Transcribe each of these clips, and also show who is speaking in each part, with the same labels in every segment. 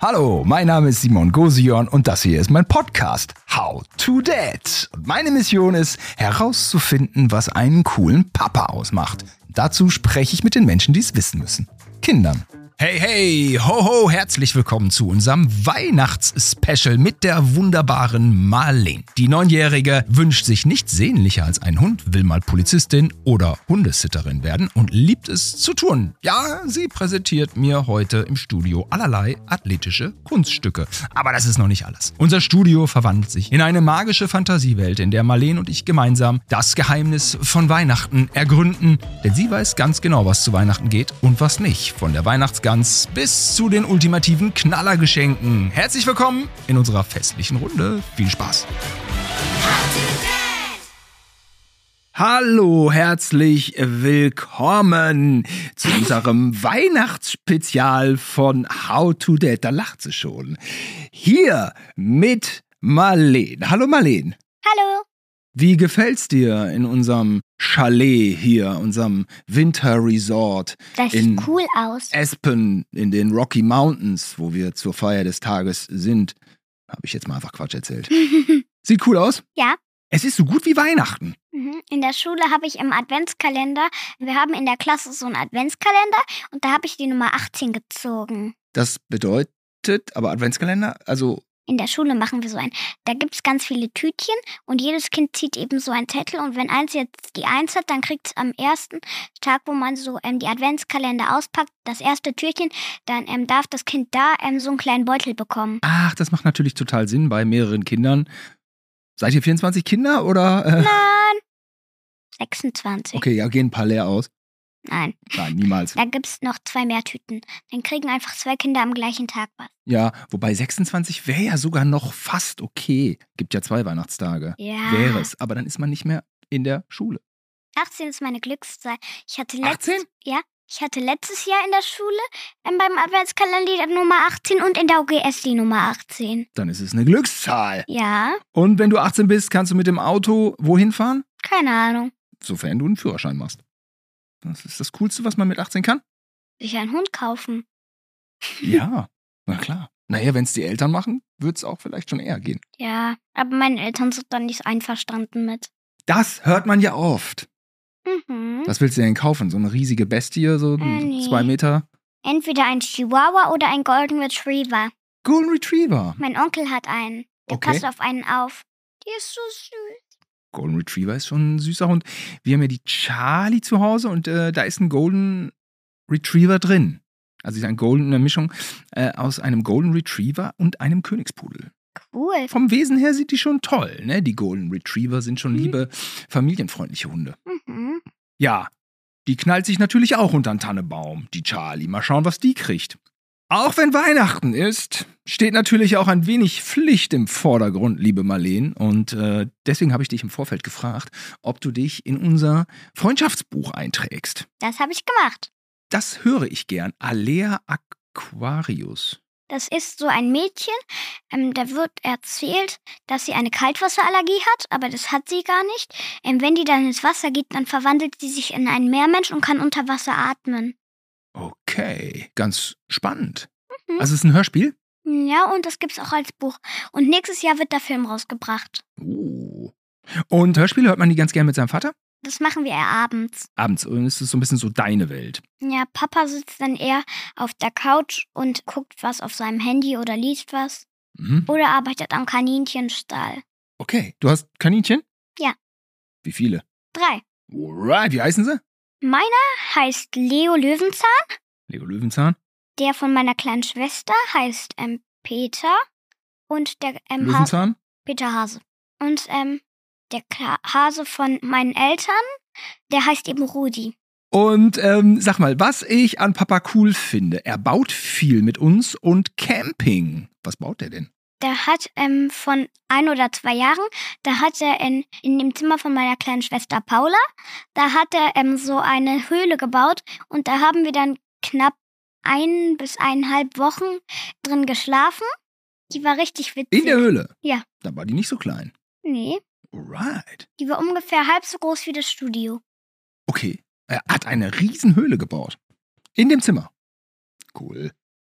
Speaker 1: Hallo, mein Name ist Simon Gosion und das hier ist mein Podcast How to Dad. Und meine Mission ist herauszufinden, was einen coolen Papa ausmacht. Dazu spreche ich mit den Menschen, die es wissen müssen. Kindern. Hey, hey, ho, ho, herzlich willkommen zu unserem Weihnachtsspecial mit der wunderbaren Marlene. Die Neunjährige wünscht sich nichts sehnlicher als ein Hund, will mal Polizistin oder Hundesitterin werden und liebt es zu tun. Ja, sie präsentiert mir heute im Studio allerlei athletische Kunststücke. Aber das ist noch nicht alles. Unser Studio verwandelt sich in eine magische Fantasiewelt, in der Marlene und ich gemeinsam das Geheimnis von Weihnachten ergründen. Denn sie weiß ganz genau, was zu Weihnachten geht und was nicht. Von der Weihnachtsgans Ganz bis zu den ultimativen Knallergeschenken. Herzlich willkommen in unserer festlichen Runde. Viel Spaß. Hallo, herzlich willkommen zu unserem Weihnachtsspezial von How to Dad. Da lacht sie schon. Hier mit Marleen. Hallo Marleen.
Speaker 2: Hallo.
Speaker 1: Wie gefällt's dir in unserem Chalet hier, unserem Winterresort
Speaker 2: Das
Speaker 1: in
Speaker 2: sieht cool aus.
Speaker 1: Aspen in den Rocky Mountains, wo wir zur Feier des Tages sind. Habe ich jetzt mal einfach Quatsch erzählt.
Speaker 2: Mhm,
Speaker 1: Sieht cool aus.
Speaker 2: Hm. Ja.
Speaker 1: Es ist so gut wie Weihnachten.
Speaker 2: Mhm. In der Schule habe ich im Adventskalender, wir haben in der Klasse so einen Adventskalender und da habe ich die Nummer 18 gezogen.
Speaker 1: Das bedeutet aber Adventskalender, also
Speaker 2: In der Schule machen wir so einen. Da gibt es ganz viele Tütchen und jedes Kind zieht eben so einen Zettel und wenn eins jetzt die Eins hat, dann kriegt es am ersten Tag, wo man so ähm, die Adventskalender auspackt, das erste Türchen, dann ähm, darf das Kind da ähm, so einen kleinen Beutel bekommen.
Speaker 1: ach, das macht natürlich total Sinn bei mehreren Kindern. Seid ihr 24 Kinder oder? Äh,
Speaker 2: Nein! 26.
Speaker 1: okay, ja, gehen ein paar leer aus.
Speaker 2: Nein.
Speaker 1: Nein, niemals.
Speaker 2: Da gibt es noch zwei mehr Tüten. Dann kriegen einfach zwei Kinder am gleichen Tag was.
Speaker 1: Ja, wobei 26 wäre ja sogar noch fast okay. Gibt ja zwei Weihnachtstage.
Speaker 2: Ja.
Speaker 1: Wäre es, aber dann ist man nicht mehr in der Schule.
Speaker 2: 18 ist meine Glückszahl. Ich hatte, letzt,
Speaker 1: 18?
Speaker 2: ja, ich hatte letztes Jahr in der Schule ähm, beim Adventskalender die Nummer 18 und in der OGS die Nummer 18.
Speaker 1: Dann ist es eine Glückszahl.
Speaker 2: Ja,
Speaker 1: Und wenn du 18 bist, kannst du mit dem Auto wohin fahren?
Speaker 2: keine Ahnung.
Speaker 1: Sofern du einen Führerschein machst. Das ist das Coolste, was man mit 18 kann?
Speaker 2: Sich einen Hund kaufen.
Speaker 1: Ja, na klar. Naja, wenn es die Eltern machen, wird es auch vielleicht schon eher gehen.
Speaker 2: Ja, aber meine Eltern sind dann nicht einverstanden mit.
Speaker 1: Das hört man ja oft.
Speaker 2: Mhm.
Speaker 1: Was willst du denn kaufen? So eine riesige Bestie, so
Speaker 2: Äh, nee.
Speaker 1: zwei Meter?
Speaker 2: Entweder ein Chihuahua oder ein Golden Retriever.
Speaker 1: Golden Retriever.
Speaker 2: Mein Onkel hat einen. Der
Speaker 1: Okay.
Speaker 2: passt auf einen auf. Die ist so süß.
Speaker 1: Golden Retriever ist schon ein süßer Hund. Wir haben ja die Charlie zu Hause und äh, da ist ein Golden Retriever drin. Also ist ein Golden, eine Mischung äh, aus einem Golden Retriever und einem Königspudel.
Speaker 2: Cool.
Speaker 1: Vom Wesen her sind die schon toll, ne? Die Golden Retriever sind schon
Speaker 2: Mhm.
Speaker 1: liebe, familienfreundliche Hunde.
Speaker 2: Mhm.
Speaker 1: Ja, die knallt sich natürlich auch unter den Tannebaum, die Charlie. Mal schauen, was die kriegt. Auch wenn Weihnachten ist, steht natürlich auch ein wenig Pflicht im Vordergrund, liebe Marleen. Und äh, deswegen habe ich dich im Vorfeld gefragt, ob du dich in unser Freundschaftsbuch einträgst.
Speaker 2: Das habe ich gemacht.
Speaker 1: Das höre ich gern. Alea Aquarius.
Speaker 2: Das ist so ein Mädchen, ähm, da wird erzählt, dass sie eine Kaltwasserallergie hat, aber das hat sie gar nicht. Ähm, wenn die dann ins Wasser geht, dann verwandelt sie sich in einen Meermensch und kann unter Wasser atmen.
Speaker 1: Okay, ganz spannend.
Speaker 2: Mhm.
Speaker 1: Also es ist ein Hörspiel?
Speaker 2: Hm, Ja, und das gibt's auch als Buch. Und nächstes Jahr wird der Film rausgebracht.
Speaker 1: Oh. Und Hörspiele hört man die ganz gern mit seinem Vater?
Speaker 2: Das machen wir eher abends.
Speaker 1: Abends. Und es ist so ein bisschen so deine Welt.
Speaker 2: Ja, Papa sitzt dann eher auf der Couch und guckt was auf seinem Handy oder liest was.
Speaker 1: Mhm.
Speaker 2: Oder arbeitet am Kaninchenstall.
Speaker 1: Okay. Du hast Kaninchen?
Speaker 2: Ja.
Speaker 1: Wie viele?
Speaker 2: Drei.
Speaker 1: Alright. Wie heißen sie?
Speaker 2: Meiner heißt Leo Löwenzahn.
Speaker 1: Leo Löwenzahn.
Speaker 2: Der von meiner kleinen Schwester heißt ähm, Peter und der ähm, Hase,
Speaker 1: Löwenzahn.
Speaker 2: Peter Hase. Und ähm, der Kla Hase von meinen Eltern, der heißt eben Rudi.
Speaker 1: Und ähm, sag mal, was ich an Papa cool finde, er baut viel mit uns und Camping. Was baut er denn?
Speaker 2: Der hat ähm, von ein oder zwei Jahren, da hat er in, in dem Zimmer von meiner kleinen Schwester Paula, da hat er ähm, so eine Höhle gebaut und da haben wir dann knapp ein bis eineinhalb Wochen drin geschlafen. Die war richtig witzig.
Speaker 1: In der Höhle.
Speaker 2: Ja.
Speaker 1: Da war die nicht so klein.
Speaker 2: nee,
Speaker 1: Alright.
Speaker 2: die war ungefähr halb so groß wie das Studio.
Speaker 1: Okay. Er hat eine Riesenhöhle gebaut. In dem Zimmer. Cool.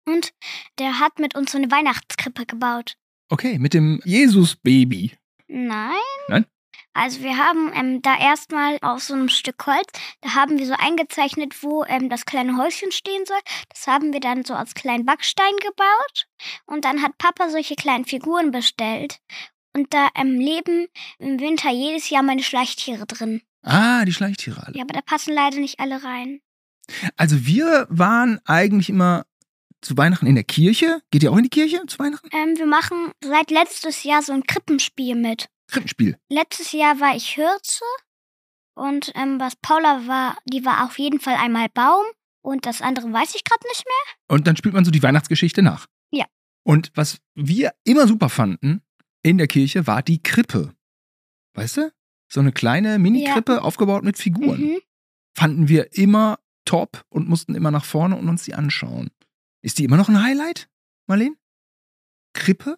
Speaker 2: und der hat mit uns so eine Weihnachtskrippe gebaut.
Speaker 1: Okay, mit dem Jesus-Baby.
Speaker 2: Nein.
Speaker 1: Nein?
Speaker 2: Also wir haben ähm, da erstmal auf so einem Stück Holz, da haben wir so eingezeichnet, wo ähm, das kleine Häuschen stehen soll. Das haben wir dann so aus kleinen Backstein gebaut. Und dann hat Papa solche kleinen Figuren bestellt. Und da ähm, leben im Winter jedes Jahr meine Schleichtiere drin.
Speaker 1: Ah, die Schleichtiere alle.
Speaker 2: Ja, aber da passen leider nicht alle rein.
Speaker 1: Also wir waren eigentlich immer zu Weihnachten in der Kirche. Geht ihr auch in die Kirche zu Weihnachten?
Speaker 2: Ähm, wir machen seit letztes Jahr so ein Krippenspiel mit.
Speaker 1: Krippenspiel.
Speaker 2: Letztes Jahr war ich Hürze und ähm, was Paula war, die war auf jeden Fall einmal Baum und das andere weiß ich gerade nicht mehr.
Speaker 1: Und dann spielt man so die Weihnachtsgeschichte nach.
Speaker 2: Ja.
Speaker 1: Und was wir immer super fanden in der Kirche war die Krippe. Weißt du? So eine kleine Mini-Krippe aufgebaut mit Figuren.
Speaker 2: Mhm.
Speaker 1: Fanden wir immer top und mussten immer nach vorne und uns die anschauen. Ist die immer noch ein Highlight, Marleen? Krippe?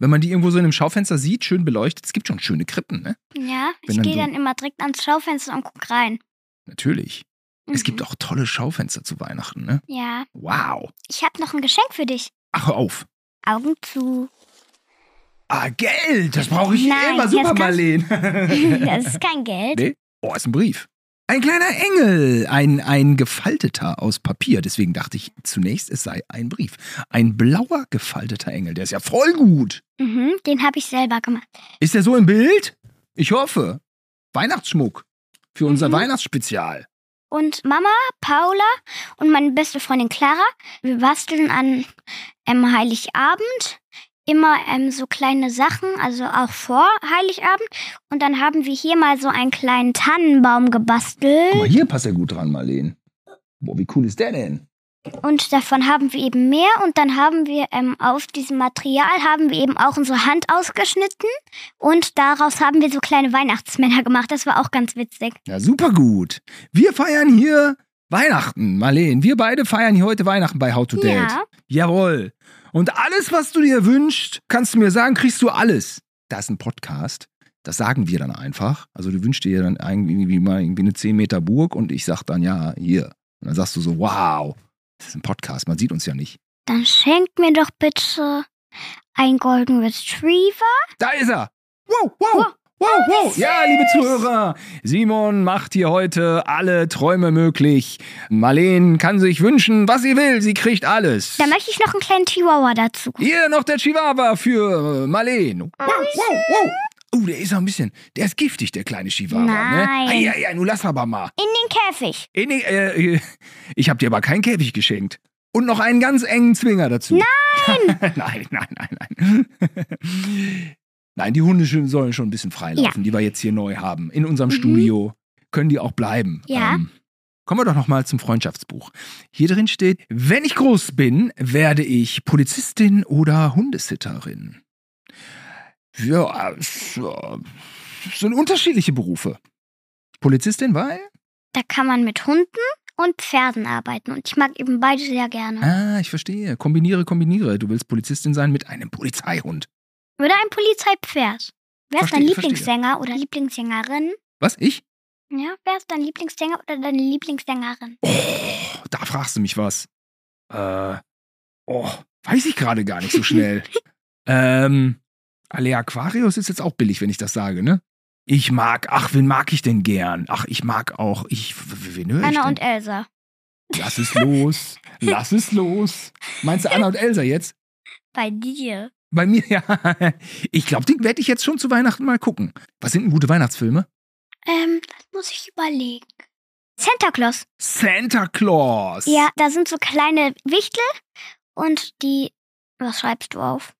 Speaker 1: Wenn man die irgendwo so in einem Schaufenster sieht, schön beleuchtet, es gibt schon schöne Krippen, ne?
Speaker 2: Ja,
Speaker 1: Wenn
Speaker 2: ich
Speaker 1: dann
Speaker 2: gehe
Speaker 1: so-
Speaker 2: dann immer direkt ans Schaufenster und guck rein.
Speaker 1: Natürlich. Es gibt
Speaker 2: Mhm.
Speaker 1: auch tolle Schaufenster zu Weihnachten, ne?
Speaker 2: Ja,
Speaker 1: Wow.
Speaker 2: ich habe noch ein Geschenk für dich.
Speaker 1: Ach, hör auf.
Speaker 2: Augen zu.
Speaker 1: Ah, Geld, das brauche ich eh
Speaker 2: Nein,
Speaker 1: immer.
Speaker 2: jetzt
Speaker 1: Super,
Speaker 2: kannst-
Speaker 1: Marleen.
Speaker 2: das ist kein Geld.
Speaker 1: Nee. oh, ist ein Brief. Ein kleiner Engel, ein, ein gefalteter aus Papier. Deswegen dachte ich zunächst, es sei ein Brief. Ein blauer gefalteter Engel, der ist ja voll gut.
Speaker 2: Mhm, den habe ich selber gemacht.
Speaker 1: Ist der so im Bild? Ich hoffe. Weihnachtsschmuck für unser
Speaker 2: Mhm.
Speaker 1: Weihnachtsspezial.
Speaker 2: Und Mama, Paula und meine beste Freundin Clara, wir basteln an ähm, Heiligabend immer ähm, so kleine Sachen, also auch vor Heiligabend. Und dann haben wir hier mal so einen kleinen Tannenbaum gebastelt.
Speaker 1: Guck mal, hier passt er gut dran, Marleen. Boah, wie cool ist der denn?
Speaker 2: Und davon haben wir eben mehr. Und dann haben wir ähm, auf diesem Material haben wir eben auch unsere Hand ausgeschnitten. Und daraus haben wir so kleine Weihnachtsmänner gemacht. Das war auch ganz witzig.
Speaker 1: Ja, super gut. Wir feiern hier Weihnachten, Marleen. Wir beide feiern hier heute Weihnachten bei How to Date.
Speaker 2: Ja.
Speaker 1: Jawohl. Und alles, was du dir wünschst, kannst du mir sagen, kriegst du alles. Da ist ein Podcast. Das sagen wir dann einfach. Also du wünschst dir dann irgendwie mal irgendwie eine 10 Meter Burg und ich sag dann, ja, hier. Und dann sagst du so, wow, das ist ein Podcast, man sieht uns ja nicht.
Speaker 2: Dann schenkt mir doch bitte einen goldenen Retriever.
Speaker 1: Da ist er! Wow, wow! Wow, wow! Ja, liebe Zuhörer, Simon macht hier heute alle Träume möglich. Marleen kann sich wünschen, was sie will, sie kriegt alles.
Speaker 2: Da möchte ich noch einen kleinen Chihuahua dazu.
Speaker 1: Hier noch der Chihuahua für äh, Marleen. Wow, wow, wow! Oh, der ist noch ein bisschen, der ist giftig, der kleine Chihuahua,
Speaker 2: Nein.
Speaker 1: ne? Ja, ja, nun lass aber mal.
Speaker 2: In den Käfig.
Speaker 1: Eh, nee, äh, äh, ich hab dir aber keinen Käfig geschenkt. Und noch einen ganz engen Zwinger dazu. Nein! nein, nein, nein, nein. nein, die Hunde schon- sollen schon ein bisschen freilaufen, die wir jetzt hier neu haben. In unserem
Speaker 2: Mhm.
Speaker 1: Studio können die auch bleiben.
Speaker 2: Ja.
Speaker 1: Ähm, kommen wir doch nochmal zum Freundschaftsbuch. Hier drin steht, wenn ich groß bin, werde ich Polizistin oder Hundesitterin. Ja, es äh, sind unterschiedliche Berufe. Polizistin, weil?
Speaker 2: Da kann man mit Hunden und Pferden arbeiten. Und ich mag eben beide sehr gerne.
Speaker 1: Ah, ich verstehe. Kombiniere, kombiniere. Du willst Polizistin sein mit einem Polizeihund.
Speaker 2: Oder ein Polizeipferd. Wer ist dein
Speaker 1: Verstehe,
Speaker 2: Lieblingssänger oder Lieblingssängerin?
Speaker 1: Was? Ich?
Speaker 2: Ja, wer ist dein Lieblingssänger oder deine Lieblingssängerin?
Speaker 1: Oh, da fragst du mich was. Äh, oh, weiß ich gerade gar nicht so schnell. ähm, Alea Aquarius ist jetzt auch billig, wenn ich das sage, ne? Ich mag, ach, wen mag ich denn gern? Ach, ich mag auch, ich, w- w- wen höre ich
Speaker 2: Anna
Speaker 1: denn?
Speaker 2: und Elsa.
Speaker 1: Lass es los, lass es los. Meinst du Anna und Elsa jetzt?
Speaker 2: Bei dir.
Speaker 1: Bei mir, ja. Ich glaube, den werde ich jetzt schon zu Weihnachten mal gucken. Was sind denn gute Weihnachtsfilme?
Speaker 2: Ähm, das muss ich überlegen. Santa Claus.
Speaker 1: Santa Claus.
Speaker 2: Ja, da sind so kleine Wichtel und die. Was schreibst du auf?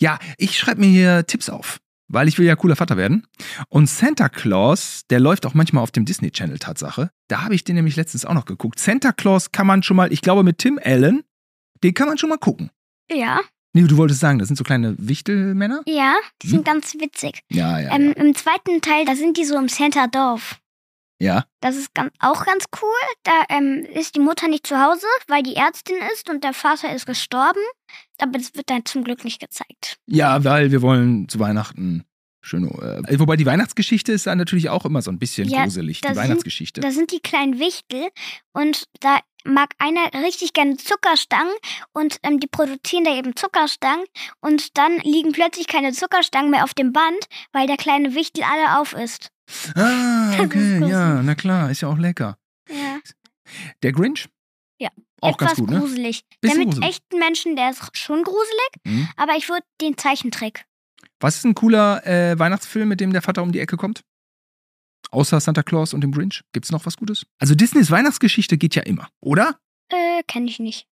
Speaker 1: Ja, ich schreibe mir hier Tipps auf, weil ich will ja cooler Vater werden. Und Santa Claus, der läuft auch manchmal auf dem Disney Channel Tatsache. Da habe ich den nämlich letztens auch noch geguckt. Santa Claus kann man schon mal, ich glaube mit Tim Allen, den kann man schon mal gucken.
Speaker 2: Ja.
Speaker 1: Nee, du wolltest sagen, das sind so kleine Wichtelmänner?
Speaker 2: Ja, die sind
Speaker 1: Hm.
Speaker 2: ganz witzig.
Speaker 1: Ja, ja.
Speaker 2: Ähm, Im zweiten Teil, da sind die so im Center Dorf.
Speaker 1: ja.
Speaker 2: Das ist ganz, auch ganz cool. Da ähm, ist die Mutter nicht zu Hause, weil die Ärztin ist und der Vater ist gestorben. Aber das wird dann zum Glück nicht gezeigt.
Speaker 1: Ja, weil wir wollen zu Weihnachten schön. Äh, wobei die Weihnachtsgeschichte ist dann natürlich auch immer so ein bisschen
Speaker 2: Ja,
Speaker 1: gruselig,
Speaker 2: da
Speaker 1: die
Speaker 2: sind-
Speaker 1: Weihnachtsgeschichte.
Speaker 2: Da sind die kleinen Wichtel und da mag einer richtig gerne Zuckerstangen und ähm, die produzieren da eben Zuckerstangen und dann liegen plötzlich keine Zuckerstangen mehr auf dem Band, weil der kleine Wichtel alle auf ist.
Speaker 1: Ah,
Speaker 2: Das ist
Speaker 1: okay,
Speaker 2: gruselig.
Speaker 1: ja, na klar, ist ja auch lecker.
Speaker 2: Ja.
Speaker 1: Der Grinch?
Speaker 2: Ja.
Speaker 1: Auch
Speaker 2: Etwas
Speaker 1: ganz gut, ne?
Speaker 2: gruselig. Der
Speaker 1: Bisschen
Speaker 2: mit
Speaker 1: gruselig.
Speaker 2: echten Menschen, der ist schon gruselig,
Speaker 1: Mhm.
Speaker 2: aber ich würde den Zeichentrick.
Speaker 1: Was ist ein cooler äh, Weihnachtsfilm, mit dem der Vater um die Ecke kommt? Außer Santa Claus und dem Grinch? Gibt's noch was Gutes? Also Disneys Weihnachtsgeschichte geht ja immer, oder?
Speaker 2: Äh, kenne ich nicht.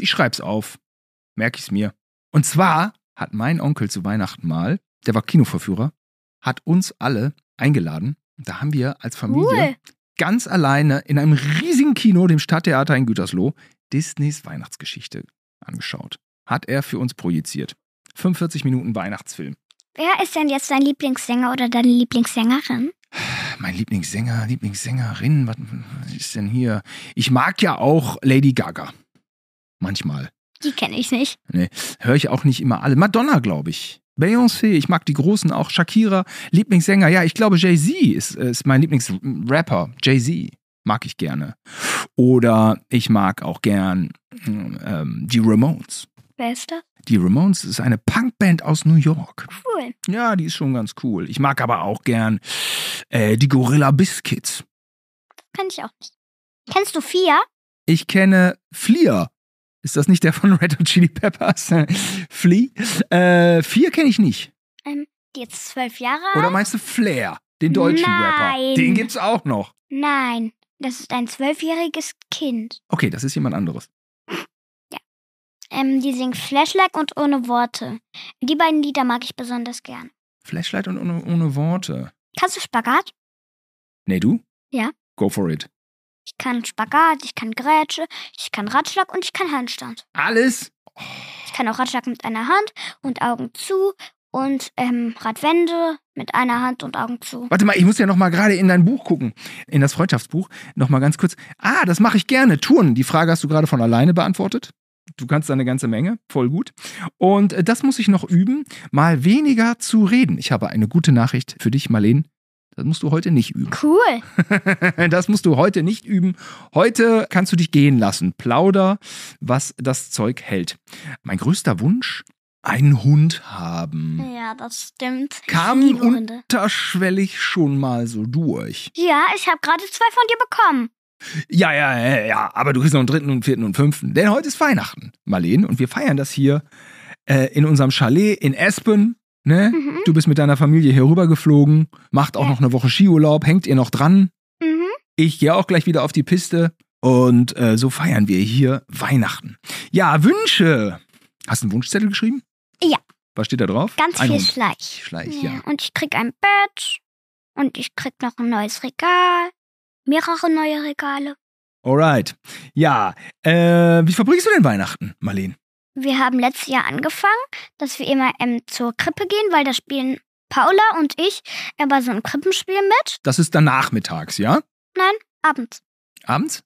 Speaker 1: Ich schreib's auf. Merk ich's mir. Und zwar hat mein Onkel zu Weihnachten mal, der war Kinoverführer, hat uns alle eingeladen. Und Da haben wir als Familie
Speaker 2: Cool.
Speaker 1: ganz alleine in einem riesigen Kino, dem Stadttheater in Gütersloh, Disneys Weihnachtsgeschichte angeschaut. Hat er für uns projiziert. 45 Minuten Weihnachtsfilm.
Speaker 2: Wer ist denn jetzt dein Lieblingssänger oder deine Lieblingssängerin?
Speaker 1: Mein Lieblingssänger, Lieblingssängerin, was was ist denn hier? Ich mag ja auch Lady Gaga. Manchmal.
Speaker 2: Die kenne ich nicht.
Speaker 1: höre ich auch nicht immer alle. Madonna, glaube ich. Beyoncé, ich mag die Großen auch. Shakira, Lieblingssänger. Ja, ich glaube, Jay-Z ist, ist mein Lieblingsrapper. Jay-Z mag ich gerne. Oder ich mag auch gern ähm, die Ramones.
Speaker 2: Wer ist das?
Speaker 1: Die Ramones ist eine Punkband aus New York.
Speaker 2: Cool.
Speaker 1: Ja, die ist schon ganz cool. Ich mag aber auch gern äh, die Gorilla Biscuits.
Speaker 2: Kenne ich auch nicht. Kennst du Fia?
Speaker 1: Ich kenne Fleer. Ist das nicht der von Red Hot Chili Peppers? Flea? Äh, Fleer kenne ich nicht.
Speaker 2: Die ist zwölf Jahre
Speaker 1: Oder
Speaker 2: alt?
Speaker 1: meinst du Flair, den deutschen Rapper?
Speaker 2: Nein.
Speaker 1: Den gibt's auch noch.
Speaker 2: Nein, das ist ein zwölfjähriges Kind.
Speaker 1: Okay, das ist jemand anderes.
Speaker 2: Ähm, die singt Flashlight und ohne Worte. Die beiden Lieder mag ich besonders gern.
Speaker 1: Flashlight und ohne, ohne Worte.
Speaker 2: Kannst du Spagat?
Speaker 1: Nee, du?
Speaker 2: Ja.
Speaker 1: Go for it.
Speaker 2: Ich kann Spagat, ich kann Grätsche, ich kann Ratschlag und ich kann Handstand.
Speaker 1: Alles?
Speaker 2: Ich kann auch Ratschlag mit einer Hand und Augen zu und ähm, Radwende mit einer Hand und Augen zu.
Speaker 1: Warte mal, ich muss ja noch mal gerade in dein Buch gucken. In das Freundschaftsbuch. Noch mal ganz kurz. Ah, das mache ich gerne. Touren. Die Frage hast du gerade von alleine beantwortet. Du kannst da eine ganze Menge. Voll gut. Und äh, das muss ich noch üben, mal weniger zu reden. Ich habe eine gute Nachricht für dich, Marleen. Das musst du heute nicht üben.
Speaker 2: Cool.
Speaker 1: Das musst du heute nicht üben. Heute kannst du dich gehen lassen. Plauder, was das Zeug hält. Mein größter Wunsch? Einen Hund haben.
Speaker 2: Ja, das stimmt.
Speaker 1: Kam
Speaker 2: ich liebe
Speaker 1: und-
Speaker 2: Hunde.
Speaker 1: Unterschwellig schon mal so durch.
Speaker 2: Ja, ich habe gerade zwei von dir bekommen.
Speaker 1: Ja, ja, ja, ja, aber du kriegst noch einen dritten und vierten und fünften. Denn heute ist Weihnachten, Marleen, und wir feiern das hier äh, in unserem Chalet in Espen. Ne?
Speaker 2: Mhm.
Speaker 1: Du bist mit deiner Familie hier rübergeflogen, macht auch
Speaker 2: Ja.
Speaker 1: noch eine Woche Skiurlaub, hängt ihr noch dran.
Speaker 2: Mhm.
Speaker 1: Ich gehe auch gleich wieder auf die Piste und äh, so feiern wir hier Weihnachten. Ja, Wünsche. Hast du einen Wunschzettel geschrieben?
Speaker 2: Ja.
Speaker 1: Was steht da drauf?
Speaker 2: Ganz
Speaker 1: Ein
Speaker 2: viel
Speaker 1: Hund.
Speaker 2: Schleich.
Speaker 1: Schleich, ja.
Speaker 2: Und ich krieg ein Bett. Und ich krieg noch ein neues Regal. Mehrere neue Regale.
Speaker 1: Alright. Ja, äh, wie verbringst du denn Weihnachten, Marleen?
Speaker 2: Wir haben letztes Jahr angefangen, dass wir immer ähm, zur Krippe gehen, weil da spielen Paula und ich aber so ein Krippenspiel mit.
Speaker 1: Das ist dann nachmittags, ja?
Speaker 2: Abends.
Speaker 1: Abends?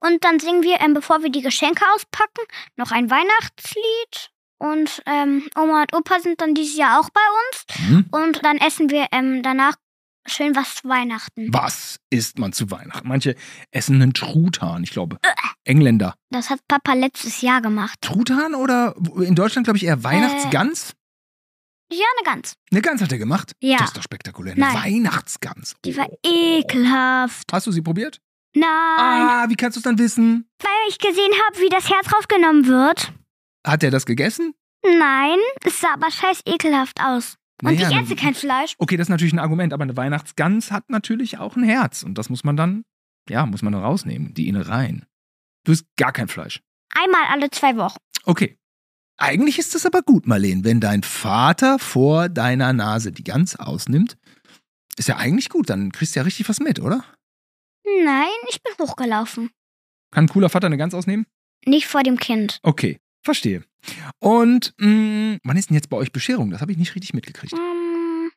Speaker 2: Und dann singen wir, ähm, bevor wir die Geschenke auspacken, noch ein Weihnachtslied. Und ähm, Oma und Opa sind dann dieses Jahr auch bei uns.
Speaker 1: Hm?
Speaker 2: Und dann essen wir ähm, danach schön was zu Weihnachten.
Speaker 1: Was isst man zu Weihnachten? Manche essen einen Truthahn, ich glaube. Engländer.
Speaker 2: Das hat Papa letztes Jahr gemacht.
Speaker 1: Truthahn oder in Deutschland, glaube ich, eher Weihnachtsgans?
Speaker 2: Ja, eine Gans.
Speaker 1: Eine Gans hat er gemacht?
Speaker 2: Äh. Ja.
Speaker 1: Das ist doch spektakulär. Eine
Speaker 2: Nein.
Speaker 1: Weihnachtsgans.
Speaker 2: Die war
Speaker 1: Oh.
Speaker 2: ekelhaft.
Speaker 1: Hast du sie probiert?
Speaker 2: Nein,
Speaker 1: Ah, wie kannst du es dann wissen?
Speaker 2: weil ich gesehen habe, wie das Herz rausgenommen wird.
Speaker 1: Hat er das gegessen?
Speaker 2: Nein, es sah aber scheiß ekelhaft aus. Und
Speaker 1: Naja,
Speaker 2: ich
Speaker 1: dann-
Speaker 2: esse kein Fleisch.
Speaker 1: Okay, das ist natürlich ein Argument, aber eine Weihnachtsgans hat natürlich auch ein Herz. Und das muss man dann, ja, muss man dann rausnehmen, die Innereien. Du hast gar kein Fleisch.
Speaker 2: Einmal alle zwei Wochen.
Speaker 1: Okay. Eigentlich ist es aber gut, Marleen, wenn dein Vater vor deiner Nase die Gans ausnimmt. Ist ja eigentlich gut, dann kriegst du ja richtig was mit, oder?
Speaker 2: Nein, ich bin hochgelaufen.
Speaker 1: Kann ein cooler Vater eine Gans ausnehmen?
Speaker 2: Nicht vor dem Kind.
Speaker 1: Okay, verstehe. Und mh, wann ist denn jetzt bei euch Bescherung? Das habe ich nicht richtig mitgekriegt.
Speaker 2: Ähm,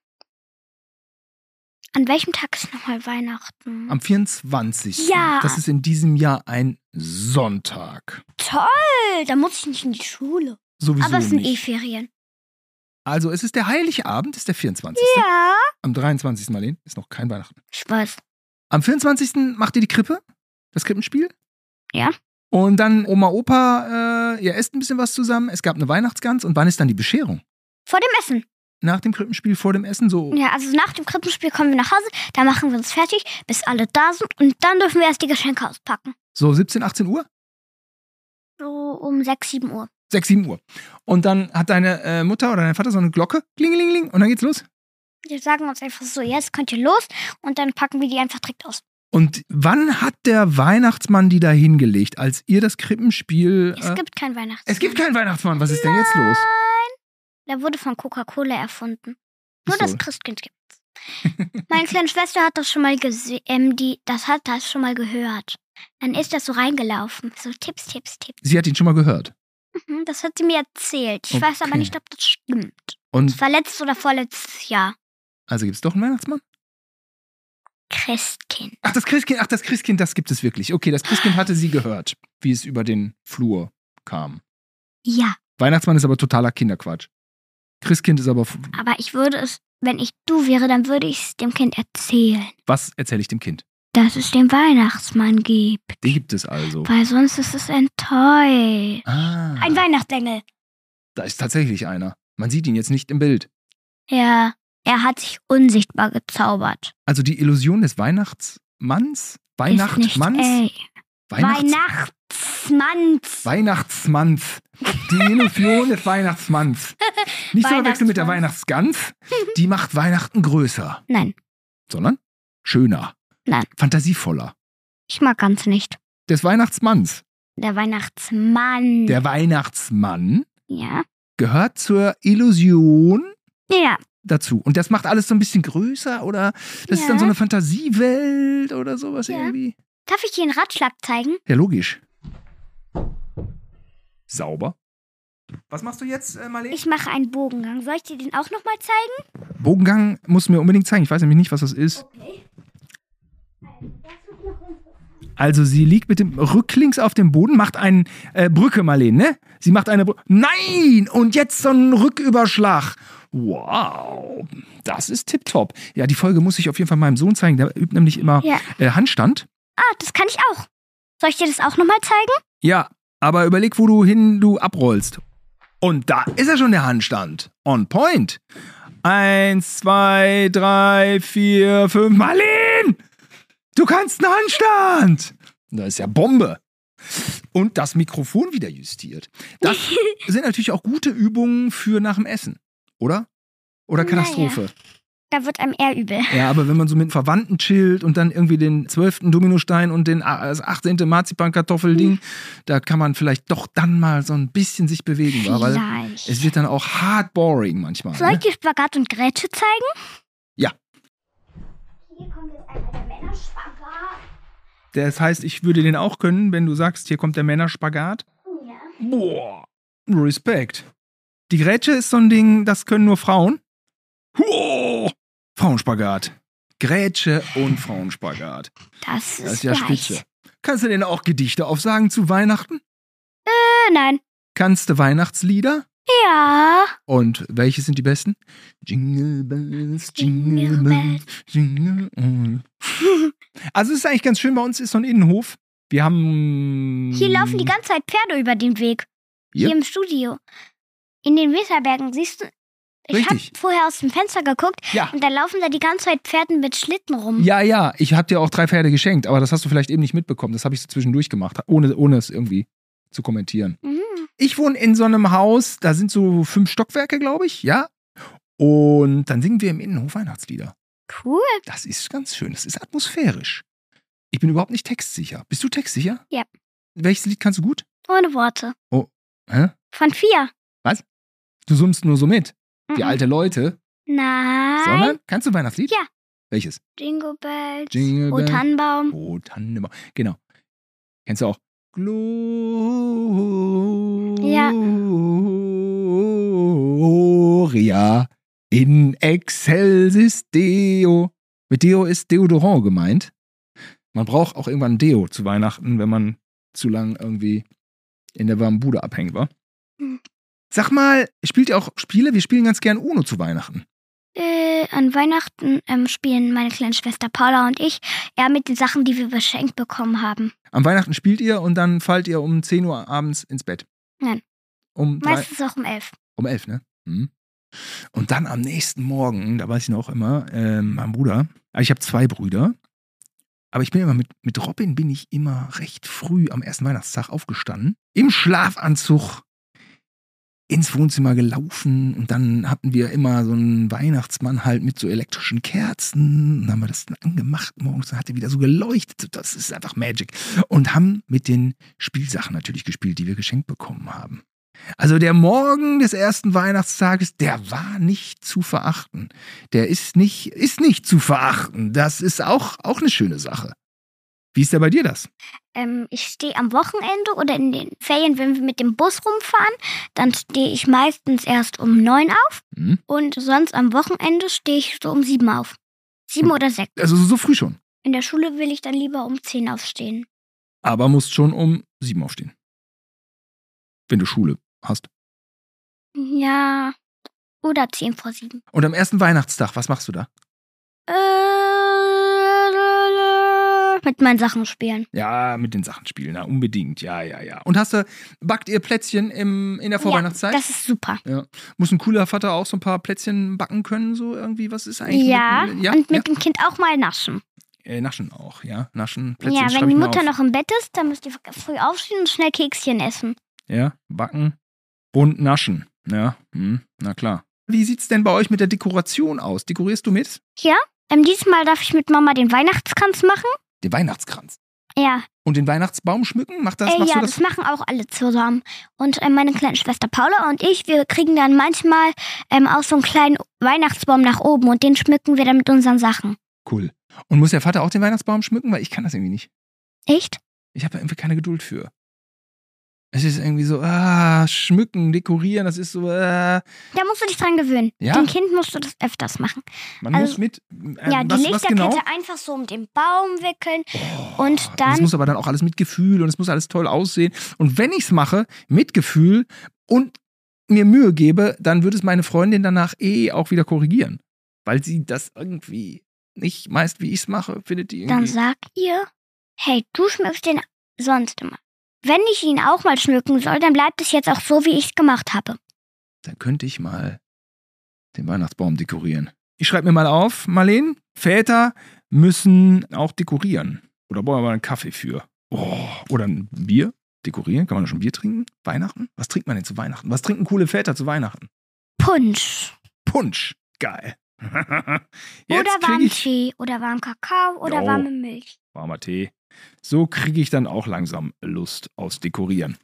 Speaker 2: an welchem Tag ist nochmal Weihnachten?
Speaker 1: Am 24.
Speaker 2: Ja.
Speaker 1: Das ist in diesem Jahr ein Sonntag.
Speaker 2: Toll, da muss ich nicht in die Schule.
Speaker 1: Sowieso
Speaker 2: aber es sind eh
Speaker 1: nicht.
Speaker 2: Ferien.
Speaker 1: Also es ist der Heiligabend, ist der 24.
Speaker 2: Ja.
Speaker 1: Am 23. Marleen ist noch kein Weihnachten.
Speaker 2: Ich weiß.
Speaker 1: Am 24. macht ihr die Krippe, das Krippenspiel.
Speaker 2: Ja.
Speaker 1: Und dann Oma, Opa, äh, ihr esst ein bisschen was zusammen. Es gab eine Weihnachtsgans. Und wann ist dann die Bescherung?
Speaker 2: Vor dem Essen.
Speaker 1: Nach dem Krippenspiel, vor dem Essen, so.
Speaker 2: Ja, also nach dem Krippenspiel kommen wir nach Hause, da machen wir uns fertig, bis alle da sind und dann dürfen wir erst die Geschenke auspacken.
Speaker 1: So 17, 18 Uhr?
Speaker 2: So um 6, 7 Uhr.
Speaker 1: 6, 7 Uhr. Und dann hat deine äh, Mutter oder dein Vater so eine Glocke. Klingelingeling. Und dann geht's los.
Speaker 2: Wir sagen uns einfach so, jetzt könnt ihr los und dann packen wir die einfach direkt aus.
Speaker 1: Und wann hat der Weihnachtsmann die da hingelegt, als ihr das Krippenspiel. äh,
Speaker 2: Es gibt kein Weihnachtsmann.
Speaker 1: es gibt keinen Weihnachtsmann. Was ist denn jetzt los?
Speaker 2: Der wurde von Coca-Cola erfunden.
Speaker 1: Ach
Speaker 2: Nur
Speaker 1: so.
Speaker 2: das Christkind gibt's. Meine kleine Schwester hat das schon mal gesehen, ähm, die, das hat das schon mal gehört. Dann ist das so reingelaufen. So Tipps, Tipps, Tipps.
Speaker 1: Sie hat ihn schon mal gehört.
Speaker 2: Mhm, Das hat sie mir erzählt. Ich weiß
Speaker 1: Okay.
Speaker 2: aber
Speaker 1: Hm.
Speaker 2: nicht, ob das stimmt.
Speaker 1: Und
Speaker 2: Das war letztes oder vorletztes Jahr.
Speaker 1: also gibt's doch einen Weihnachtsmann?
Speaker 2: Christkind.
Speaker 1: Ach, das Christkind, ach, das Christkind, das gibt es wirklich. Okay, das Christkind hatte sie gehört, wie es über den Flur kam.
Speaker 2: Ja,
Speaker 1: Weihnachtsmann ist aber totaler Kinderquatsch. Christkind ist aber. f-
Speaker 2: aber ich würde es, wenn ich du wäre, dann würde ich es dem Kind erzählen,
Speaker 1: Was erzähle ich dem Kind?
Speaker 2: dass es den Weihnachtsmann gibt.
Speaker 1: Den gibt es also.
Speaker 2: Weil sonst ist es enttäuscht.
Speaker 1: Ah,
Speaker 2: Ein Weihnachtsengel.
Speaker 1: da ist tatsächlich einer. Man sieht ihn jetzt nicht im Bild.
Speaker 2: Ja, er hat sich unsichtbar gezaubert.
Speaker 1: Also die Illusion des Weihnachtsmanns, Weihnachtsmanns,
Speaker 2: Ist nicht, ey.
Speaker 1: Weihnachts
Speaker 2: Weihnachtsmanns.
Speaker 1: Weihnachtsmanns. Die Illusion des Weihnachtsmanns. Nicht zu verwechseln mit der Weihnachtsgans. Die macht Weihnachten größer,
Speaker 2: Nein,
Speaker 1: sondern schöner.
Speaker 2: Nein.
Speaker 1: Fantasievoller.
Speaker 2: ich mag ganz nicht.
Speaker 1: Des Weihnachtsmanns.
Speaker 2: Der Weihnachtsmann.
Speaker 1: Der Weihnachtsmann
Speaker 2: ja.
Speaker 1: gehört zur Illusion
Speaker 2: Ja,
Speaker 1: dazu. Und das macht alles so ein bisschen größer oder das ist
Speaker 2: Ja.
Speaker 1: dann so eine Fantasiewelt oder sowas
Speaker 2: Ja.
Speaker 1: irgendwie.
Speaker 2: darf ich dir einen Ratschlag zeigen?
Speaker 1: Ja, logisch. Sauber. Was machst du jetzt, äh, Marlene?
Speaker 2: Ich mache einen Bogengang. Soll ich dir den auch nochmal zeigen?
Speaker 1: Bogengang musst du mir unbedingt zeigen. Ich weiß nämlich nicht, was das ist. Also sie liegt mit dem Rücklings auf dem Boden, macht einen äh, Brücke, Marlene, ne? Sie macht eine Brücke. Nein! Und jetzt so einen Rücküberschlag. Wow, das ist tipptopp. Ja, die Folge muss ich auf jeden Fall meinem Sohn zeigen. Der übt nämlich immer
Speaker 2: Ja.
Speaker 1: äh, Handstand.
Speaker 2: Ah, das kann ich auch. Soll ich dir das auch nochmal zeigen?
Speaker 1: Ja, aber überleg, wo du hin du abrollst. Und da ist er schon der Handstand. On point. Eins, zwei, drei, vier, fünf. Marlene! Du kannst einen Handstand! Das ist ja Bombe. Und das Mikrofon wieder justiert. Das sind natürlich auch gute Übungen für nach dem Essen, oder? Oder
Speaker 2: Naja.
Speaker 1: Katastrophe.
Speaker 2: Da wird einem eher übel.
Speaker 1: Ja, aber wenn man so mit Verwandten chillt und dann irgendwie den 12. Dominostein und den a- das 18. Marzipankartoffelding, da kann man vielleicht doch dann mal so ein bisschen sich bewegen, wa? weil
Speaker 2: Vielleicht.
Speaker 1: es wird dann auch hard boring manchmal.
Speaker 2: Soll
Speaker 1: Ne?
Speaker 2: ich dir Spagat und Grätsche zeigen?
Speaker 1: Ja,
Speaker 2: Hier kommt jetzt einmal der Männerspagat.
Speaker 1: das heißt, ich würde den auch können, wenn du sagst, hier kommt der Männerspagat.
Speaker 2: Ja.
Speaker 1: Boah, Respekt. Die Grätsche ist so ein Ding, das können nur Frauen. Huo! Frauenspagat. Grätsche und Frauenspagat.
Speaker 2: Das ist,
Speaker 1: Das ist ja
Speaker 2: leicht.
Speaker 1: spitze. Kannst du denn auch Gedichte aufsagen zu Weihnachten?
Speaker 2: Äh, nein.
Speaker 1: Kannst du Weihnachtslieder?
Speaker 2: Ja.
Speaker 1: Und welche sind die besten? Jingle Bells, Jingle Bells, Jingle All. Also es ist eigentlich ganz schön, bei uns ist so ein Innenhof. Wir haben...
Speaker 2: Hier laufen
Speaker 1: Mhm.
Speaker 2: die ganze Zeit Pferde über den Weg.
Speaker 1: Ja.
Speaker 2: Hier im Studio. In den Weserbergen, siehst du? Ich habe
Speaker 1: Richtig.
Speaker 2: vorher aus dem Fenster geguckt
Speaker 1: Ja.
Speaker 2: und da laufen da die ganze Zeit Pferden mit Schlitten rum.
Speaker 1: Ja, ja, ich habe dir auch drei Pferde geschenkt, aber das hast du vielleicht eben nicht mitbekommen. Das habe ich so zwischendurch gemacht, ohne, ohne es irgendwie zu kommentieren.
Speaker 2: Mhm.
Speaker 1: ich wohne in so einem Haus, da sind so fünf Stockwerke, glaube ich, ja. Und dann singen wir im Innenhof Weihnachtslieder.
Speaker 2: Cool.
Speaker 1: Das ist ganz schön, das ist atmosphärisch. Ich bin überhaupt nicht textsicher. Bist du textsicher?
Speaker 2: Ja.
Speaker 1: Welches Lied kannst du gut?
Speaker 2: Ohne Worte.
Speaker 1: Hä?
Speaker 2: Von vier.
Speaker 1: Du summst nur so mit, wie
Speaker 2: Mhm.
Speaker 1: alte Leute.
Speaker 2: Nein.
Speaker 1: Sondern, kannst du ein Weihnachtslied?
Speaker 2: Ja.
Speaker 1: Welches?
Speaker 2: Jingle Bells.
Speaker 1: Jingle
Speaker 2: oh,
Speaker 1: Bells.
Speaker 2: Tannenbaum.
Speaker 1: Oh, Tannenbaum. Genau. Kennst du auch? Gloria in excelsis Deo. Mit Deo ist Deodorant gemeint. Man braucht auch irgendwann Deo zu Weihnachten, wenn man zu lang irgendwie in der warmen Bude abhängt war.
Speaker 2: Hm.
Speaker 1: Sag mal, spielt ihr auch Spiele? Wir spielen ganz gern UNO zu Weihnachten.
Speaker 2: Äh, an Weihnachten ähm, spielen meine kleine Schwester Paula und ich eher mit den Sachen, die wir geschenkt bekommen haben.
Speaker 1: Am Weihnachten spielt ihr und dann fallt ihr um 10 Uhr abends ins Bett.
Speaker 2: Nein.
Speaker 1: Um, drei,
Speaker 2: Meistens auch um elf.
Speaker 1: um 11, ne? Mhm. Und dann am nächsten Morgen, da weiß ich noch immer, ähm, mein Bruder, also ich habe zwei Brüder, aber ich bin immer mit, mit Robin bin ich immer recht früh am ersten Weihnachtstag aufgestanden, im Schlafanzug ins Wohnzimmer gelaufen und dann hatten wir immer so einen Weihnachtsmann halt mit so elektrischen Kerzen und haben wir das dann angemacht morgens, dann hat er wieder so geleuchtet, das ist einfach Magic und haben mit den Spielsachen natürlich gespielt, die wir geschenkt bekommen haben. Also der Morgen des ersten Weihnachtstages, der war nicht zu verachten. Der ist nicht, ist nicht zu verachten. Das ist auch, auch eine schöne Sache. Wie ist da bei dir das?
Speaker 2: Ähm, ich stehe am Wochenende oder in den Ferien, wenn wir mit dem Bus rumfahren, dann stehe ich meistens erst um neun auf
Speaker 1: Hm?
Speaker 2: und sonst am Wochenende stehe ich so um sieben auf. Sieben oder sechs.
Speaker 1: Also so früh schon.
Speaker 2: In der Schule will ich dann lieber um zehn aufstehen.
Speaker 1: Aber musst schon um sieben aufstehen. Wenn du Schule hast.
Speaker 2: Ja. Oder zehn vor sieben.
Speaker 1: Und am ersten Weihnachtstag, was machst du da?
Speaker 2: Äh, mit meinen Sachen spielen.
Speaker 1: Ja, mit den Sachen spielen, na unbedingt, ja, ja, ja. Und hast du, backt ihr Plätzchen im, in der
Speaker 2: Ja,
Speaker 1: Vorweihnachtszeit?
Speaker 2: Das ist super.
Speaker 1: Muss ein cooler Vater auch so ein paar Plätzchen backen können, so irgendwie? Was ist eigentlich?
Speaker 2: Ja,
Speaker 1: mit,
Speaker 2: und mit dem Kind auch mal naschen.
Speaker 1: Äh, Naschen auch, ja. Naschen, Plätzchen
Speaker 2: ja,
Speaker 1: schreib
Speaker 2: wenn die
Speaker 1: ich mir
Speaker 2: Mutter
Speaker 1: auf.
Speaker 2: noch im Bett ist, dann müsst ihr früh aufstehen und schnell Kekschen essen.
Speaker 1: Ja, backen, bunt naschen. Ja, hm, na klar. Wie sieht's denn bei euch mit der Dekoration aus? Dekorierst du mit?
Speaker 2: Ähm, diesmal darf ich mit Mama den Weihnachtskranz machen.
Speaker 1: Den Weihnachtskranz.
Speaker 2: Ja,
Speaker 1: Und den Weihnachtsbaum schmücken? Macht das,
Speaker 2: äh,
Speaker 1: machst
Speaker 2: ja
Speaker 1: du
Speaker 2: das
Speaker 1: das?
Speaker 2: machen auch alle zusammen. Und äh, meine kleine Schwester Paula und ich, wir kriegen dann manchmal ähm, auch so einen kleinen Weihnachtsbaum nach oben und den schmücken wir dann mit unseren Sachen.
Speaker 1: Cool. Und muss der Vater auch den Weihnachtsbaum schmücken? Weil ich kann das irgendwie nicht.
Speaker 2: Echt?
Speaker 1: Ich habe da irgendwie keine Geduld für. Es ist irgendwie so, ah, schmücken, dekorieren, das ist so, ah.
Speaker 2: Da musst du dich dran gewöhnen.
Speaker 1: Ja.
Speaker 2: Dem Kind musst du das öfters machen.
Speaker 1: Man
Speaker 2: Also-
Speaker 1: muss mit. äh,
Speaker 2: ja,
Speaker 1: was,
Speaker 2: die
Speaker 1: was
Speaker 2: Lichterkette
Speaker 1: genau?
Speaker 2: einfach so um den Baum wickeln.
Speaker 1: Oh,
Speaker 2: Und
Speaker 1: Es
Speaker 2: dann-
Speaker 1: muss aber dann auch alles mit Gefühl und es muss alles toll aussehen. Und wenn ich es mache, mit Gefühl und mir Mühe gebe, dann wird es meine Freundin danach eh auch wieder korrigieren. Weil sie das irgendwie nicht meist, wie ich es mache, findet die
Speaker 2: Dann
Speaker 1: irgendwie.
Speaker 2: sag ihr, hey, du schmückst den sonst immer. Wenn ich ihn auch mal schmücken soll, dann bleibt es jetzt auch so, wie ich es gemacht habe.
Speaker 1: Dann könnte ich mal den Weihnachtsbaum dekorieren. Ich schreibe mir mal auf, Marleen, Väter müssen auch dekorieren. Oder brauchen wir mal einen Kaffee für. Oh, oder ein Bier. Dekorieren? Kann man da schon Bier trinken? Weihnachten? Was trinkt man denn zu Weihnachten? Was trinken coole Väter zu Weihnachten?
Speaker 2: Punsch.
Speaker 1: Punsch. Geil. Jetzt
Speaker 2: oder
Speaker 1: krieg
Speaker 2: warmen
Speaker 1: ich
Speaker 2: Tee oder warmen Kakao oder
Speaker 1: Jo.
Speaker 2: warme Milch.
Speaker 1: warmer Tee. So kriege ich dann auch langsam Lust aufs Dekorieren.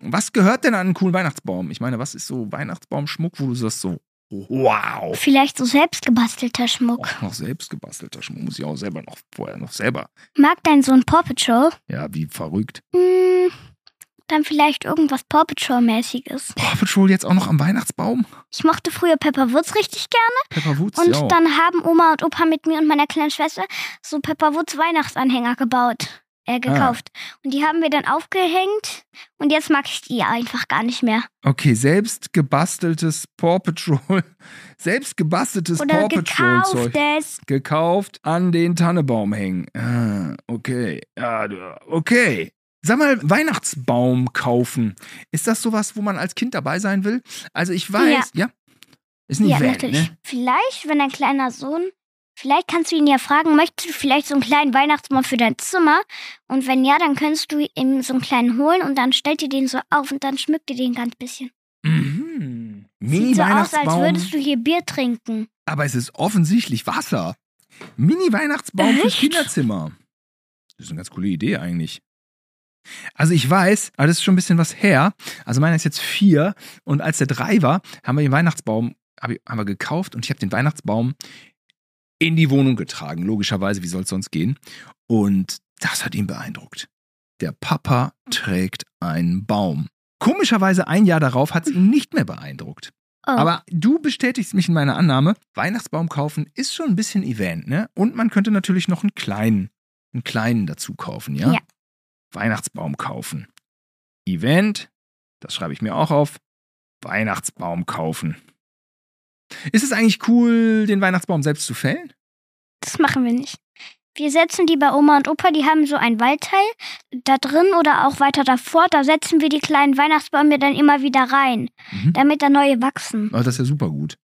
Speaker 1: Was gehört denn an einen coolen Weihnachtsbaum? Ich meine, was ist so Weihnachtsbaumschmuck, wo du sagst so, wow.
Speaker 2: Vielleicht so selbstgebastelter Schmuck.
Speaker 1: Auch noch selbst gebastelter Schmuck, muss ich auch selber noch vorher noch selber.
Speaker 2: Mag dein Sohn Paw Patrol?
Speaker 1: Ja, wie verrückt.
Speaker 2: Hm, dann vielleicht irgendwas Paw Patrol-mäßiges.
Speaker 1: Paw Patrol jetzt auch noch am Weihnachtsbaum?
Speaker 2: Ich mochte früher Pepper Woods richtig gern.
Speaker 1: Pepper Woods,
Speaker 2: Und
Speaker 1: ja.
Speaker 2: dann haben Oma und Opa mit mir und meiner kleinen Schwester so Pepper Woods Weihnachtsanhänger gebaut,
Speaker 1: Ah.
Speaker 2: äh, gekauft. Und die haben wir dann aufgehängt und jetzt mag ich die einfach gar nicht mehr.
Speaker 1: Okay, selbst gebasteltes Paw Patrol. Selbst gebasteltes
Speaker 2: Oder
Speaker 1: Paw Patrol Zeug.
Speaker 2: gekauftes.
Speaker 1: gekauft, an den Tannebaum hängen. Ah, okay. Ah, okay. Sag mal, Weihnachtsbaum kaufen. Ist das sowas, wo man als Kind dabei sein will? Also ich weiß, ja. Ist nicht
Speaker 2: Ja,
Speaker 1: Welt,
Speaker 2: natürlich.
Speaker 1: ne?
Speaker 2: Vielleicht, wenn dein kleiner Sohn, vielleicht kannst du ihn ja fragen, möchtest du vielleicht so einen kleinen Weihnachtsbaum für dein Zimmer? Und wenn ja, dann kannst du ihm so einen kleinen holen und dann stellt ihr den so auf und dann schmückt ihr den ganz bisschen.
Speaker 1: Mhm.
Speaker 2: Sieht so aus, als
Speaker 1: Mini-Weihnachtsbaum.
Speaker 2: würdest du hier Bier trinken.
Speaker 1: aber es ist offensichtlich Wasser. Mini-Weihnachtsbaum fürs
Speaker 2: Echt?
Speaker 1: Kinderzimmer. Das ist eine ganz coole Idee eigentlich. Also ich weiß, aber das ist schon ein bisschen was her. Also meiner ist jetzt vier und als der drei war, haben wir den Weihnachtsbaum hab ich, haben wir gekauft und ich habe den Weihnachtsbaum in die Wohnung getragen. Logischerweise, wie soll es sonst gehen? Und das hat ihn beeindruckt. Der Papa trägt einen Baum. Komischerweise ein Jahr darauf hat es ihn nicht mehr beeindruckt.
Speaker 2: Oh.
Speaker 1: Aber du bestätigst mich in meiner Annahme, Weihnachtsbaum kaufen ist schon ein bisschen Event, ne? Und man könnte natürlich noch einen kleinen, einen kleinen dazu kaufen, ja?
Speaker 2: Ja.
Speaker 1: Weihnachtsbaum kaufen. Event, das schreibe ich mir auch auf. Weihnachtsbaum kaufen. Ist es eigentlich cool, den Weihnachtsbaum selbst zu fällen?
Speaker 2: Das machen wir nicht. Wir setzen die bei Oma und Opa, die haben so ein Waldteil da drin oder auch weiter davor. Da setzen wir die kleinen Weihnachtsbäume dann immer wieder rein,
Speaker 1: Mhm.
Speaker 2: damit da neue wachsen.
Speaker 1: Oh, das ist ja super gut.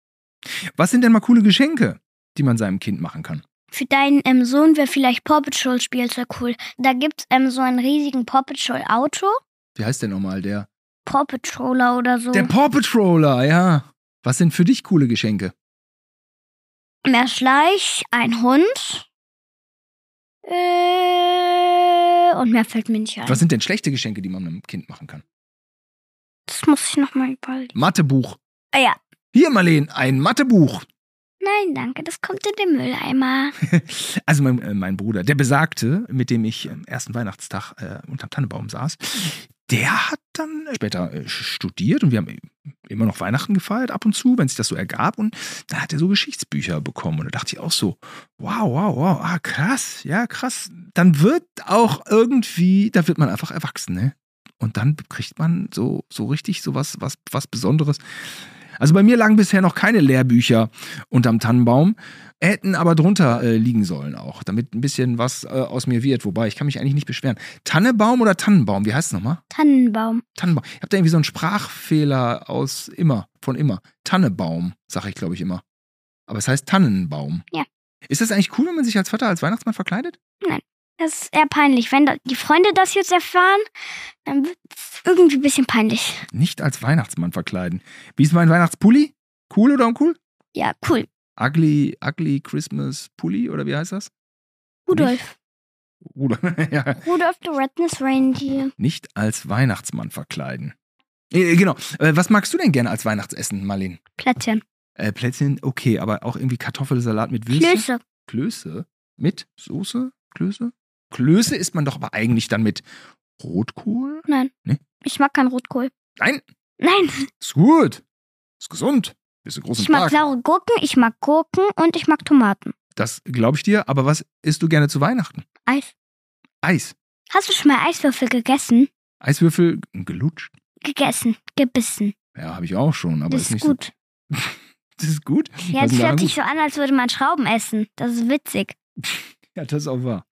Speaker 1: Was sind denn mal coole Geschenke, die man seinem Kind machen kann?
Speaker 2: Für deinen ähm, Sohn wäre vielleicht Paw Patrol Spielzeug cool. Da gibt's ähm, so einen riesigen Paw Patrol Auto,
Speaker 1: Wie heißt der nochmal? Der,
Speaker 2: Paw Patroller oder so.
Speaker 1: der Paw Patroller, ja. Was sind für dich coole Geschenke?
Speaker 2: Mehr Schleich, ein Hund. Äh, und mehr fällt mir nicht ein.
Speaker 1: Was sind denn schlechte Geschenke, die man einem Kind machen kann?
Speaker 2: Das muss ich nochmal überlegen.
Speaker 1: Mathebuch.
Speaker 2: Ah ja.
Speaker 1: Hier, Marleen, ein Mathebuch.
Speaker 2: Nein, danke, das kommt in den Mülleimer.
Speaker 1: Also mein, äh, mein Bruder, der Besagte, mit dem ich am ersten Weihnachtstag äh, unterm Tannenbaum saß, der hat dann später äh, studiert und wir haben immer noch Weihnachten gefeiert ab und zu, wenn sich das so ergab. Und da hat er so Geschichtsbücher bekommen. Und da dachte ich auch so, wow, wow, wow, ah, krass, ja, krass. Dann wird auch irgendwie, da wird man einfach erwachsen, ne? Und dann kriegt man so, so richtig so was, was, was Besonderes. Also bei mir lagen bisher noch keine Lehrbücher unterm Tannenbaum, hätten aber drunter äh, liegen sollen auch, damit ein bisschen was äh, aus mir wird. Wobei, ich kann mich eigentlich nicht beschweren. Tannebaum oder Tannenbaum, wie heißt es nochmal?
Speaker 2: Tannenbaum.
Speaker 1: Tannenbaum. Ich habe da irgendwie so einen Sprachfehler aus immer, von immer. Tannebaum, sage ich, glaube ich, immer. Aber es heißt Tannenbaum.
Speaker 2: Ja.
Speaker 1: Ist das eigentlich cool, wenn man sich als Vater, als Weihnachtsmann verkleidet?
Speaker 2: Das ist eher peinlich. Wenn da die Freunde das jetzt erfahren, dann wird's irgendwie ein bisschen peinlich.
Speaker 1: Nicht als Weihnachtsmann verkleiden. Wie ist mein Weihnachtspulli? Cool oder uncool?
Speaker 2: Ja, cool.
Speaker 1: Ugly, ugly Christmas Pulli oder wie heißt das?
Speaker 2: Rudolf.
Speaker 1: Oder, ja,
Speaker 2: Rudolf the Redness Reindeer.
Speaker 1: nicht als Weihnachtsmann verkleiden. Äh, genau. Äh, was magst du denn gerne als Weihnachtsessen, Marlene?
Speaker 2: Plätzchen.
Speaker 1: Äh, Plätzchen, okay, aber auch irgendwie Kartoffelsalat mit Würstchen?
Speaker 2: Klöße.
Speaker 1: Klöße mit Soße? Klöße? Klöße isst man doch aber eigentlich dann mit Rotkohl?
Speaker 2: Nein.
Speaker 1: Nee.
Speaker 2: Ich mag keinen Rotkohl.
Speaker 1: Nein,
Speaker 2: Nein,
Speaker 1: ist gut. Ist gesund. Bist du groß und
Speaker 2: ich mag
Speaker 1: stark.
Speaker 2: saure Gurken, ich mag Gurken und ich mag Tomaten.
Speaker 1: Das glaube ich dir, aber was isst du gerne zu Weihnachten?
Speaker 2: Eis.
Speaker 1: Eis.
Speaker 2: Hast du schon mal Eiswürfel gegessen?
Speaker 1: Eiswürfel gelutscht.
Speaker 2: Gegessen. Gebissen.
Speaker 1: Ja, habe ich auch schon, aber
Speaker 2: das
Speaker 1: ist
Speaker 2: ist
Speaker 1: nicht
Speaker 2: gut.
Speaker 1: so. Das ist gut.
Speaker 2: Ja,
Speaker 1: Was
Speaker 2: das
Speaker 1: ist denn daran
Speaker 2: hört sich
Speaker 1: gut?
Speaker 2: so an, als würde man Schrauben essen. Das ist witzig.
Speaker 1: Ja, das ist auch wahr.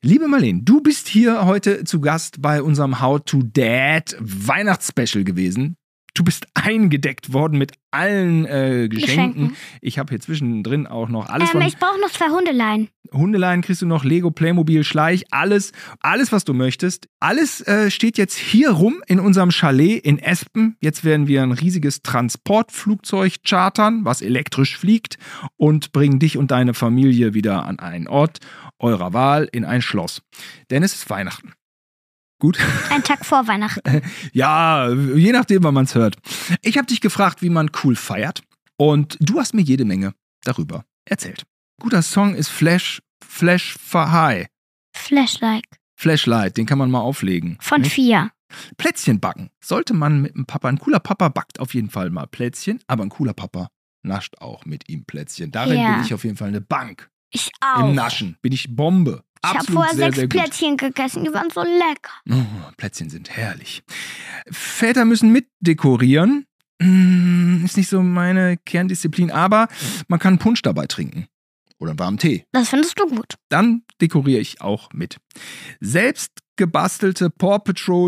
Speaker 1: Liebe Marlene, du bist hier heute zu Gast bei unserem How to Dad Weihnachtsspecial gewesen. Du bist eingedeckt worden mit allen äh, Geschenken.
Speaker 2: Geschenken.
Speaker 1: Ich habe hier zwischendrin auch noch alles von
Speaker 2: ähm, ich brauche noch zwei Hundeleien.
Speaker 1: Hundeleien kriegst du noch, Lego, Playmobil, Schleich, alles, alles, was du möchtest. Alles äh, steht jetzt hier rum in unserem Chalet in Espen. Jetzt werden wir ein riesiges Transportflugzeug chartern, was elektrisch fliegt und bringen dich und deine Familie wieder an einen Ort eurer Wahl in ein Schloss. Denn es ist Weihnachten. Gut.
Speaker 2: Ein Tag vor Weihnachten.
Speaker 1: Ja, je nachdem, wann man es hört. Ich habe dich gefragt, wie man cool feiert. Und du hast mir jede Menge darüber erzählt. Guter Song ist Flash, Flash for High.
Speaker 2: Flashlight
Speaker 1: Flashlight, den kann man mal auflegen.
Speaker 2: von
Speaker 1: Ne?
Speaker 2: vier.
Speaker 1: Plätzchen backen. Sollte man mit einem Papa, ein cooler Papa backt auf jeden Fall mal Plätzchen, aber ein cooler Papa nascht auch mit ihm Plätzchen. Darin
Speaker 2: Ja.
Speaker 1: bin ich auf jeden Fall eine Bank.
Speaker 2: Ich auch.
Speaker 1: Im Naschen bin ich Bombe.
Speaker 2: ich habe
Speaker 1: Absolut
Speaker 2: vorher
Speaker 1: sehr,
Speaker 2: sechs
Speaker 1: sehr gut.
Speaker 2: Plätzchen gegessen, die waren so lecker.
Speaker 1: Oh, Plätzchen sind herrlich. Väter müssen mitdekorieren. Mm, Ist nicht so meine Kerndisziplin, aber man kann Punsch dabei trinken. Oder einen warmen Tee.
Speaker 2: Das findest du gut.
Speaker 1: Dann dekoriere ich auch mit. Selbst gebastelte Paw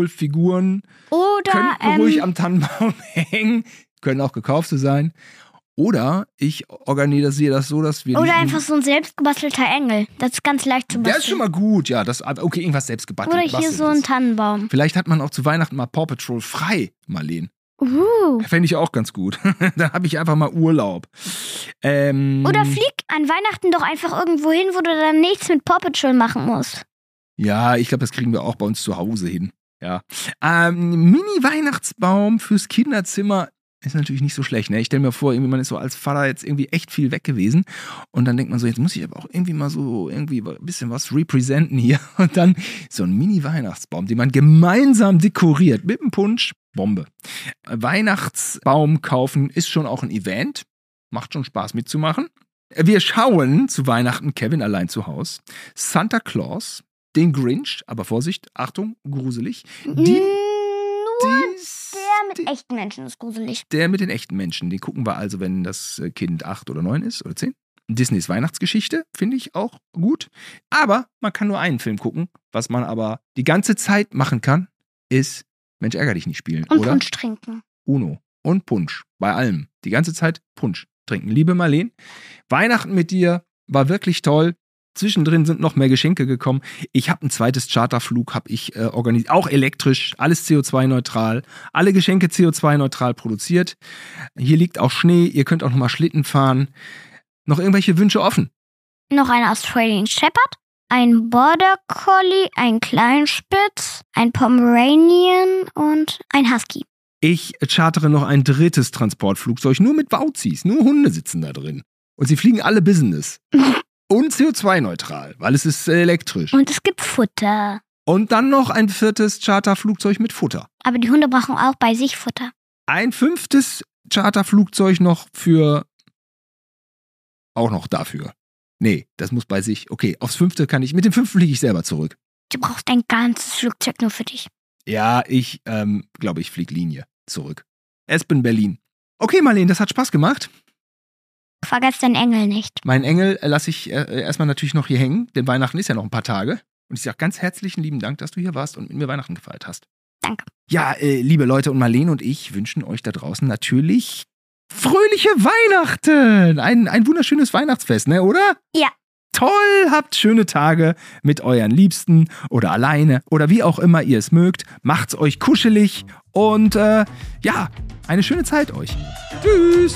Speaker 1: Patrol-Figuren
Speaker 2: Oder
Speaker 1: könnten ruhig
Speaker 2: ähm,
Speaker 1: am Tannenbaum hängen. Können auch gekaufte sein. Oder ich organisiere das so, dass wir.
Speaker 2: oder
Speaker 1: diesen-
Speaker 2: einfach so ein selbstgebastelter Engel. Das ist ganz leicht zu basteln.
Speaker 1: Das ist schon mal gut, ja. Das, okay, irgendwas selbst gebacken.
Speaker 2: oder hier so ein Tannenbaum.
Speaker 1: Vielleicht hat man auch zu Weihnachten mal Paw Patrol frei, Marleen.
Speaker 2: Uh.
Speaker 1: Fände ich auch ganz gut. Dann habe ich einfach mal Urlaub. Ähm,
Speaker 2: Oder flieg an Weihnachten doch einfach irgendwo hin, wo du dann nichts mit Paw Patrol machen musst.
Speaker 1: Ja, ich glaube, das kriegen wir auch bei uns zu Hause hin. Ja. Ähm, Mini-Weihnachtsbaum fürs Kinderzimmer ist natürlich nicht so schlecht. Ne? Ich stelle mir vor, irgendwie man ist so als Vater jetzt irgendwie echt viel weg gewesen. Und dann denkt man so, jetzt muss ich aber auch irgendwie mal so irgendwie ein bisschen was representen hier. Und dann so ein Mini-Weihnachtsbaum, den man gemeinsam dekoriert mit einem Punsch. Bombe. Weihnachtsbaum kaufen ist schon auch ein Event. Macht schon Spaß mitzumachen. Wir schauen zu Weihnachten Kevin allein zu Haus, Santa Claus, den Grinch, aber Vorsicht, Achtung, gruselig. Die-
Speaker 2: Nur
Speaker 1: Dies-
Speaker 2: der mit
Speaker 1: die-
Speaker 2: echten Menschen ist gruselig.
Speaker 1: äh, der mit den echten Menschen, den gucken wir also, wenn das Kind acht oder neun ist oder zehn. Disneys Weihnachtsgeschichte, finde ich auch gut. Aber man kann nur einen Film gucken. Was man aber die ganze Zeit machen kann, ist Mensch, ärger dich nicht spielen.
Speaker 2: Und
Speaker 1: oder?
Speaker 2: Punsch trinken.
Speaker 1: Uno und Punsch. Bei allem. Die ganze Zeit Punsch trinken. Liebe Marleen, Weihnachten mit dir war wirklich toll. Zwischendrin sind noch mehr Geschenke gekommen. Ich habe ein zweites Charterflug, habe ich äh, organisiert, auch elektrisch, alles CO2-neutral, alle Geschenke CO2-neutral produziert. Hier liegt auch Schnee, ihr könnt auch nochmal Schlitten fahren. Noch irgendwelche Wünsche offen?
Speaker 2: Noch ein Australian Shepherd, ein Border Collie, ein Kleinspitz, ein Pomeranian und ein Husky.
Speaker 1: Ich chartere noch ein drittes Transportflugzeug, nur mit Bauzis, nur Hunde sitzen da drin. Und sie fliegen alle Business. Und CO2-neutral, weil es ist äh, elektrisch.
Speaker 2: Und es gibt Futter.
Speaker 1: Und dann noch ein viertes Charterflugzeug mit Futter.
Speaker 2: Aber die Hunde brauchen auch bei sich Futter.
Speaker 1: Ein fünftes Charterflugzeug noch für. Auch noch dafür. Nee, das muss bei sich. Okay, aufs fünfte kann ich. Mit dem fünften fliege ich selber zurück.
Speaker 2: Du brauchst ein ganzes Flugzeug nur für dich.
Speaker 1: Ja, ich ähm, glaube, ich fliege Linie zurück. Espen, Berlin. Okay, Marlene, das hat Spaß gemacht.
Speaker 2: Vergesst deinen Engel nicht.
Speaker 1: Mein Engel äh, lasse ich äh, erstmal natürlich noch hier hängen, denn Weihnachten ist ja noch ein paar Tage. Und ich sage ganz herzlichen lieben Dank, dass du hier warst und mit mir Weihnachten gefeiert hast.
Speaker 2: Danke.
Speaker 1: Ja, äh, liebe Leute und Marlene und ich wünschen euch da draußen natürlich fröhliche Weihnachten. Ein, ein wunderschönes Weihnachtsfest, ne, oder?
Speaker 2: Ja.
Speaker 1: Toll, habt schöne Tage mit euren Liebsten oder alleine oder wie auch immer ihr es mögt. Macht's euch kuschelig und äh, ja, eine schöne Zeit euch. Tschüss.